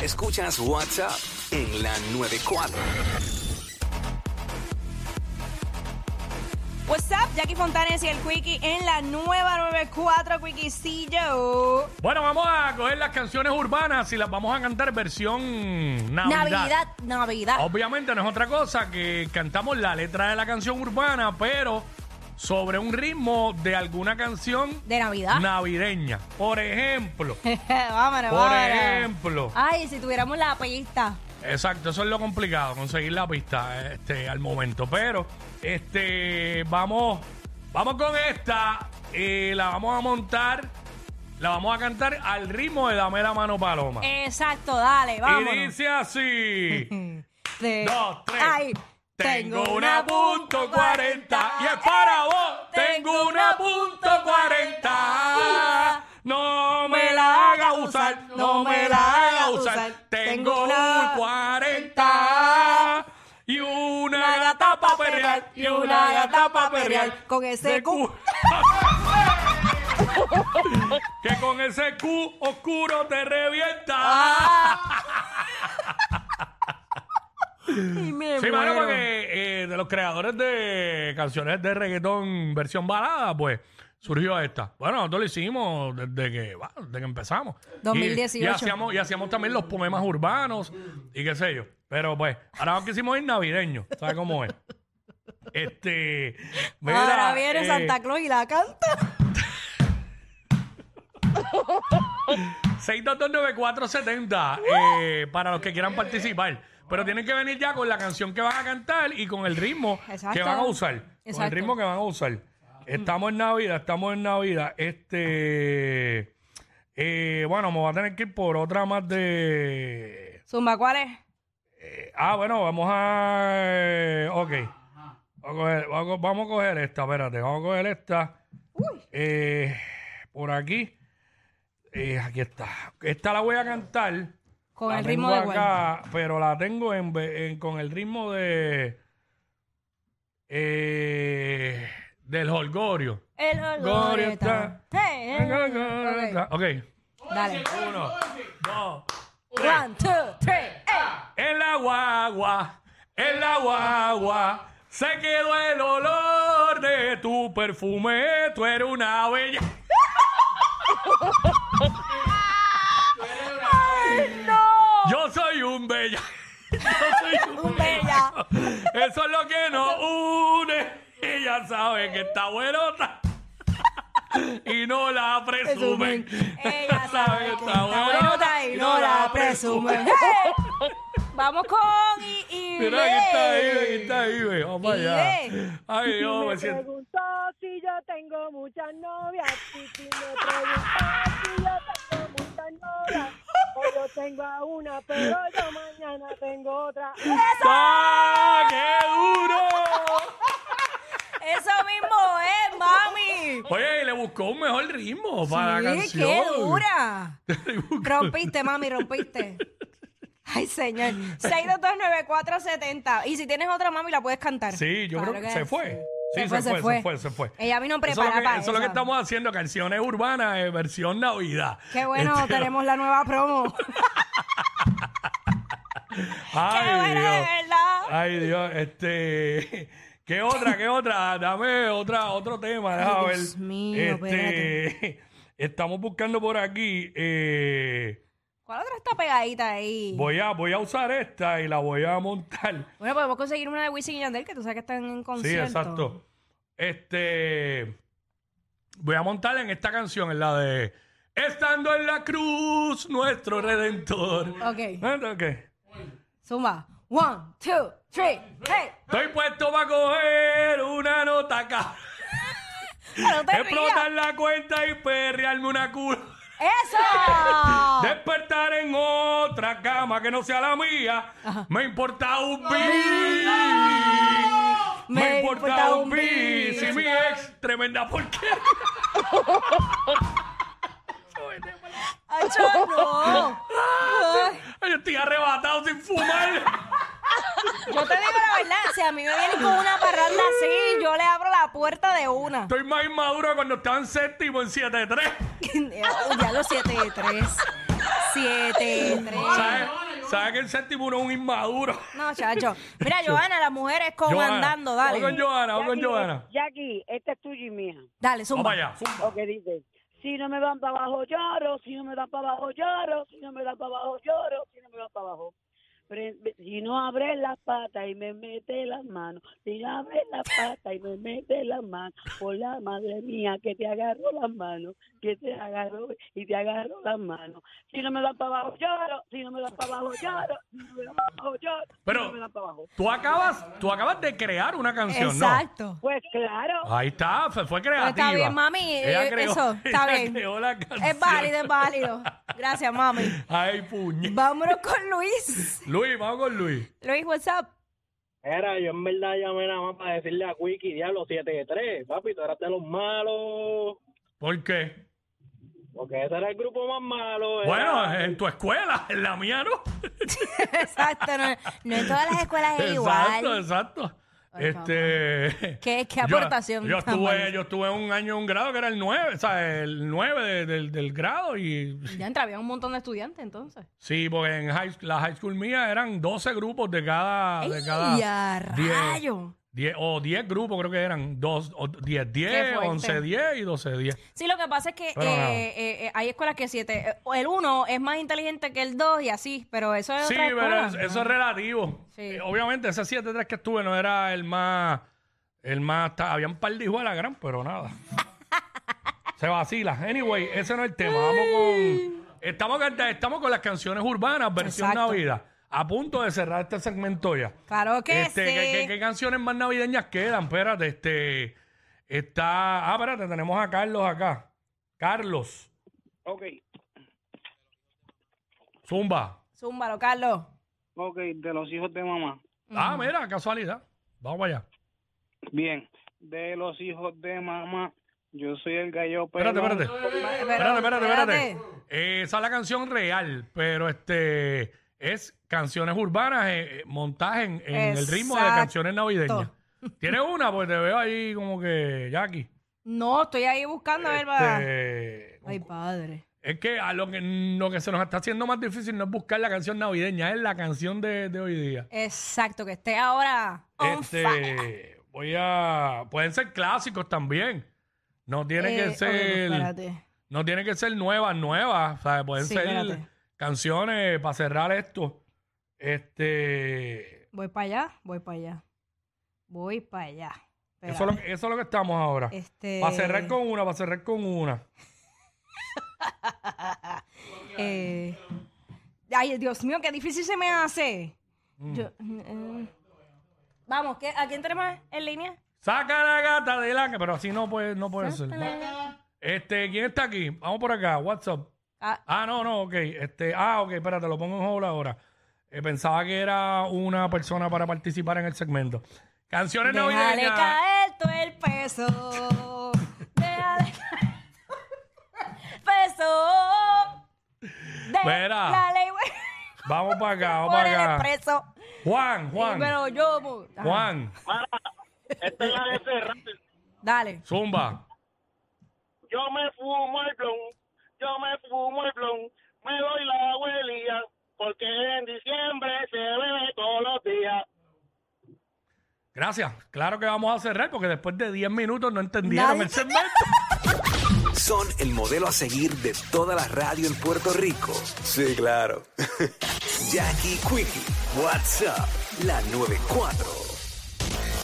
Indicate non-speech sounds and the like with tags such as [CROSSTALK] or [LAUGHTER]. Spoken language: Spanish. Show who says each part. Speaker 1: Escuchas WhatsApp en la 94.
Speaker 2: What's up, Jackie Fontanes y el Quickie en la nueva 94 Quickiecillo.
Speaker 3: Bueno, vamos a coger las canciones urbanas y las vamos a cantar versión Navidad. Oh.
Speaker 2: Navidad, Navidad.
Speaker 3: Obviamente no es otra cosa que cantamos la letra de la canción urbana, pero sobre un ritmo de alguna canción
Speaker 2: De Navidad.
Speaker 3: navideña. Por ejemplo,
Speaker 2: [LAUGHS] vámonos,
Speaker 3: por
Speaker 2: vámonos.
Speaker 3: ejemplo.
Speaker 2: Ay, si tuviéramos la pellista.
Speaker 3: Exacto, eso es lo complicado, conseguir la pista este, al momento. Pero, este, vamos, vamos con esta. eh, la vamos a montar, la vamos a cantar al ritmo de Dame la mano Paloma.
Speaker 2: Exacto, dale, Eh, vámonos.
Speaker 3: Ah. y
Speaker 2: [LAUGHS]
Speaker 3: dice así.
Speaker 2: De-
Speaker 3: dos, tres.
Speaker 2: Ay,
Speaker 3: tengo una punto cuarenta y es
Speaker 2: Eh,
Speaker 3: para vos. Tengo una punto cuarenta. No me la haga usar, no me la haga usar. Tengo un cuarenta. Y una gata pa' perrear, y una gata pa' perrear.
Speaker 2: Con ese
Speaker 3: De
Speaker 2: cu-
Speaker 3: [LAUGHS] que con ese Q oscuro te revienta. Ah.
Speaker 2: [LAUGHS] Y me
Speaker 3: Sí, mano,
Speaker 2: muero.
Speaker 3: porque eh, de los creadores de canciones de reggaetón versión balada, pues surgió esta. Bueno, nosotros lo hicimos desde que, bueno, desde que empezamos.
Speaker 2: 2018.
Speaker 3: Y, y hacíamos, y hacíamos también los poemas urbanos y qué sé yo. Pero pues, ahora quisimos ir navideño, ¿sabes cómo es? Este. mira,
Speaker 2: Ahora viene
Speaker 3: eh,
Speaker 2: Santa Claus y la canta.
Speaker 3: 6229470 eh, para los que quieran participar. Pero tienen que venir ya con la canción que van a cantar y con el ritmo
Speaker 2: Exacto.
Speaker 3: que van a usar. Con el
Speaker 2: Exacto.
Speaker 3: ritmo que van a usar. Estamos en Navidad, estamos en Navidad. Este. eh, bueno, me va a tener que ir por otra más de.
Speaker 2: Zumba, ¿cuál es?
Speaker 3: eh, ah, bueno, vamos a. eh, Ok. Vamos a coger, vamos a- vamos a coger esta, espérate. Vamos a coger esta.
Speaker 2: Uy.
Speaker 3: Eh, por aquí. Eh, aquí está. Esta la voy a cantar.
Speaker 2: Con
Speaker 3: La
Speaker 2: el ritmo
Speaker 3: tengo
Speaker 2: de Gwen.
Speaker 3: acá, Pero la tengo en, ve- en- con el ritmo de. eh, del Holgorio.
Speaker 2: El olor
Speaker 3: Gloria está.
Speaker 2: Hey, hey, hey. Ok,
Speaker 3: Ok.
Speaker 2: Dale.
Speaker 3: Uno, dos.
Speaker 2: One, two, three, hey.
Speaker 3: En la guagua, en la guagua, se quedó el olor de tu perfume. Tú eres una bella.
Speaker 2: ¡Eh, ¡No!
Speaker 3: Yo soy un bella. Yo soy
Speaker 2: Un bella.
Speaker 3: Eso es lo que nos une. Ella sabe que está buenota. Y no la presumen.
Speaker 2: Ella sabe que está buenota y no la presumen. Vamos con y, y
Speaker 3: Mira,
Speaker 2: ve.
Speaker 3: aquí está ahí, aquí está ahí, ve. Vamos para
Speaker 2: Y ve.
Speaker 3: allá. Ay, Dios, me
Speaker 4: Me
Speaker 3: siento.
Speaker 4: preguntó si yo tengo muchas novias. Titi me preguntó si yo tengo muchas novias. Hoy yo tengo a una, pero yo mañana tengo otra.
Speaker 3: ¡Ah, qué duro!
Speaker 2: Eso mismo es, mami.
Speaker 3: Oye, y le buscó un mejor ritmo para la
Speaker 2: Sí,
Speaker 3: canción.
Speaker 2: qué dura.
Speaker 3: [LAUGHS] Le buscó-
Speaker 2: Rompiste, mami, rompiste. Ay, señor. 6229470. Y si tienes otra, mami, la puedes cantar.
Speaker 3: Sí, yo
Speaker 2: Claro
Speaker 3: creo que se fue. Sí, se, fue, se fue, se fue,
Speaker 2: Ella vino
Speaker 3: Eso es lo
Speaker 2: preparada
Speaker 3: que-
Speaker 2: Eh, para
Speaker 3: Eso es lo que
Speaker 2: esa.
Speaker 3: estamos haciendo, canciones urbanas, eh, versión Navidad. [LAUGHS]
Speaker 2: Qué bueno,
Speaker 3: Este,
Speaker 2: tenemos la nueva
Speaker 3: [LAUGHS]
Speaker 2: promo. [LAUGHS]
Speaker 3: Ay,
Speaker 2: Qué bueno,
Speaker 3: Dios. Ah.
Speaker 2: de verdad.
Speaker 3: Ay, Dios, este. [LAUGHS] ¿Qué otra? ¿Qué otra? Dame otra, otro tema, déjame ver.
Speaker 2: Dios mío,
Speaker 3: este, [LAUGHS] estamos buscando por aquí. eh,
Speaker 2: ¿Cuál otra está pegadita ahí?
Speaker 3: voy, a, voy a usar esta y la voy a montar.
Speaker 2: Bueno, podemos conseguir una de Wisin y Yandel, que tú sabes que están en
Speaker 3: Sí,
Speaker 2: concierto.
Speaker 3: exacto. Este. Voy a montar en esta canción, en la de. Estando en la cruz, nuestro redentor.
Speaker 2: Ok,
Speaker 3: Ah, ok.
Speaker 2: suma. One, two, three, hey.
Speaker 3: Estoy puesto para coger una nota acá.
Speaker 2: ¡No te
Speaker 3: Explotar
Speaker 2: rías!
Speaker 3: la cuenta y perrearme una cura. [LAUGHS] Ah.
Speaker 2: ¡Eso!
Speaker 3: Despertar en otra cama que no sea la mía. Me importa un pi. Me,
Speaker 2: Me
Speaker 3: importa,
Speaker 2: importa
Speaker 3: un
Speaker 2: un
Speaker 3: pi.
Speaker 2: pi.
Speaker 3: Si mi ex, tremenda porquería.
Speaker 2: ¡Acho, no! Ay,
Speaker 3: [LAUGHS] Yo estoy arrebatado sin fumar.
Speaker 2: Yo te digo la verdad, si a mí me vienen con una parranda así, yo le abro la puerta de una. [LAUGHS]
Speaker 3: Estoy más inmaduro que cuando estaba en séptimo en 7-3.
Speaker 2: ya los 7 de 3. 7 de 3.
Speaker 3: ¿Sabes? ¿Sabes que el séptimo uno es un inmaduro?
Speaker 2: No, chacho. Mira, Johanna, las mujeres comandando,
Speaker 3: Johanna. Voy
Speaker 2: dale.
Speaker 3: con Johanna, voy con
Speaker 4: Jackie,
Speaker 3: Johanna.
Speaker 4: Jackie, esta es tuya y mía.
Speaker 2: Dale,
Speaker 3: Vamos
Speaker 2: zumba.
Speaker 3: allá. zumba.
Speaker 4: Ok, dice. Si no me dan para abajo lloro, si no me dan para abajo lloro, si no me dan para abajo lloro, si no me dan para abajo. Pre- Si no abre las patas y me mete las manos, si no abre las patas y me mete las manos, por la madre mía que te agarró las manos, que te agarró y te agarró las manos. Si no me dan para abajo lloro, si no me dan para abajo lloro, si no me dan para abajo lloro, si
Speaker 3: Pero
Speaker 4: no me dan para abajo.
Speaker 3: tú acabas, tú acabas de crear una canción,
Speaker 2: Exacto. Pues
Speaker 4: Pues claro.
Speaker 3: ¿no? Ahí está, fue, fue creativa.
Speaker 2: está bien, mami, eh,
Speaker 3: [LAUGHS]
Speaker 2: eso, está
Speaker 3: ella
Speaker 2: bien.
Speaker 3: creó la canción.
Speaker 2: Es válido, es válido. Gracias, mami.
Speaker 3: Ay, puñe.
Speaker 2: Vámonos con Luis.
Speaker 3: Luis, vamos con Luis.
Speaker 2: Luis, what's up? [LAUGHS]
Speaker 5: Era, yo en verdad llamé nada más para decirle a Quickie, diablo, 7-3, papi, tú eras de los malos,
Speaker 3: ¿Por qué?
Speaker 5: porque ese era el grupo más malo.
Speaker 3: Bueno, en tu escuela, en la mía no.
Speaker 2: Exacto, no, no en todas las escuelas es
Speaker 3: Exacto,
Speaker 2: igual.
Speaker 3: exacto.
Speaker 2: Ay,
Speaker 3: este. [LAUGHS]
Speaker 2: Qué- qué
Speaker 3: yo-
Speaker 2: aportación
Speaker 3: Yo,
Speaker 2: tan
Speaker 3: estuve,
Speaker 2: valiosa.
Speaker 3: yo estuve un año en un grado que era el 9, o sea, el 9 de- del, del grado y.
Speaker 2: Ya entra, había un montón de estudiantes entonces.
Speaker 3: Sí, porque en high, la high school mía eran 12 grupos de cada. De cada
Speaker 2: ¡Ey, a
Speaker 3: Ah, diez-
Speaker 2: rayo!
Speaker 3: 10 o 10 grupos, creo que eran. dos o 10, 10,
Speaker 2: fuerte.
Speaker 3: 11, 10 y 12, 10.
Speaker 2: Sí, lo que pasa es que
Speaker 3: Pero
Speaker 2: eh,
Speaker 3: nada.
Speaker 2: eh, eh, hay escuelas que siete. eh, El uno es más inteligente que el dos y así, pero eso es
Speaker 3: Sí,
Speaker 2: otra
Speaker 3: pero
Speaker 2: escuela.
Speaker 3: es- eso es relativo.
Speaker 2: Sí.
Speaker 3: Eh, obviamente, ese 7-3 que estuve no era el más. El más. ta- Había un par de hijos de la gran, pero nada. Se vacila. Anyway, ese no es el tema. Vamos con. Estamos, canta- estamos con las canciones urbanas, versión
Speaker 2: Exacto.
Speaker 3: Navidad. A punto de cerrar este segmento ya.
Speaker 2: Claro que
Speaker 3: Este,
Speaker 2: sí.
Speaker 3: ¿qué, qué- qué canciones más navideñas quedan? Espérate, este. Está. Ah, espérate, tenemos a Carlos acá. Carlos,
Speaker 5: Ok,
Speaker 3: Zumba.
Speaker 2: Zúmbalo, Carlos.
Speaker 5: ok, de los hijos de mamá.
Speaker 3: Ah, mira, casualidad. Vamos allá.
Speaker 5: Bien, de los hijos de mamá, yo soy el gallo
Speaker 4: Pues
Speaker 3: Espérate,
Speaker 5: pelón.
Speaker 3: espérate.
Speaker 2: Pero,
Speaker 3: Espérate, espérate, espérate. Eh, esa es la canción real, pero este es canciones urbanas, eh, eh, montaje en, en el ritmo de
Speaker 2: Exacto.
Speaker 3: canciones navideñas. ¿Tienes una? Pues te veo ahí como que, Jackie.
Speaker 2: No, estoy ahí buscando a ver. va.
Speaker 3: Este,
Speaker 2: Ay, padre.
Speaker 3: es que a lo que lo que se nos está haciendo más difícil no es buscar la canción navideña, es la canción de, de hoy día.
Speaker 2: Exacto, que esté ahora on fire.
Speaker 3: Este, voy a. Pueden ser clásicos también. No tiene
Speaker 2: Eh,
Speaker 3: que
Speaker 2: ok,
Speaker 3: ser.
Speaker 2: espérate.
Speaker 3: No tiene que ser nuevas, nuevas. O sea, pueden
Speaker 2: Sí,
Speaker 3: ser
Speaker 2: espérate.
Speaker 3: canciones para cerrar esto. Este.
Speaker 2: Voy para allá, voy para allá. Voy para allá. Espérate.
Speaker 3: Eso es, lo, que- eso es lo que estamos ahora.
Speaker 2: Este-
Speaker 3: Para cerrar con una, para cerrar con una.
Speaker 2: Eh, ay, Dios mío, qué difícil se me hace.
Speaker 3: Mm.
Speaker 2: Yo- eh, vamos, ¿qué- ¿a quién tenemos en línea?
Speaker 3: Saca la gata de la. Pero así no puede, no puede ser. Este, ¿quién está aquí? Vamos por acá, WhatsApp.
Speaker 2: Ah,
Speaker 3: Ah, no, no, ok. Este, ah, ok, espérate, lo pongo en hold ahora. Eh, pensaba que era una persona para participar en el segmento. Canciones
Speaker 2: déjale
Speaker 3: navideñas.
Speaker 2: caer todo el peso. Déjale caer todo el peso.
Speaker 3: Verá.
Speaker 2: Déjale,
Speaker 3: Vamos para acá, vamos
Speaker 2: por el
Speaker 3: para acá.
Speaker 2: expreso.
Speaker 3: Juan, Juan.
Speaker 2: Pero yo. mo- Ajá,
Speaker 3: Juan,
Speaker 5: Esta es la de cerrar.
Speaker 2: Dale.
Speaker 3: Zumba.
Speaker 5: Yo me fumo el blon, yo me fumo el blon, me doy la abuelía, porque en diciembre se bebe todos los días.
Speaker 3: Gracias. Claro que vamos a cerrar porque después de 10 minutos no entendieron
Speaker 2: Nadie-
Speaker 3: el segmento.
Speaker 1: Son el modelo a seguir de toda la radio en Puerto Rico. [LAUGHS] Sí, claro. Jackie Quickie, WhatsApp, la 94.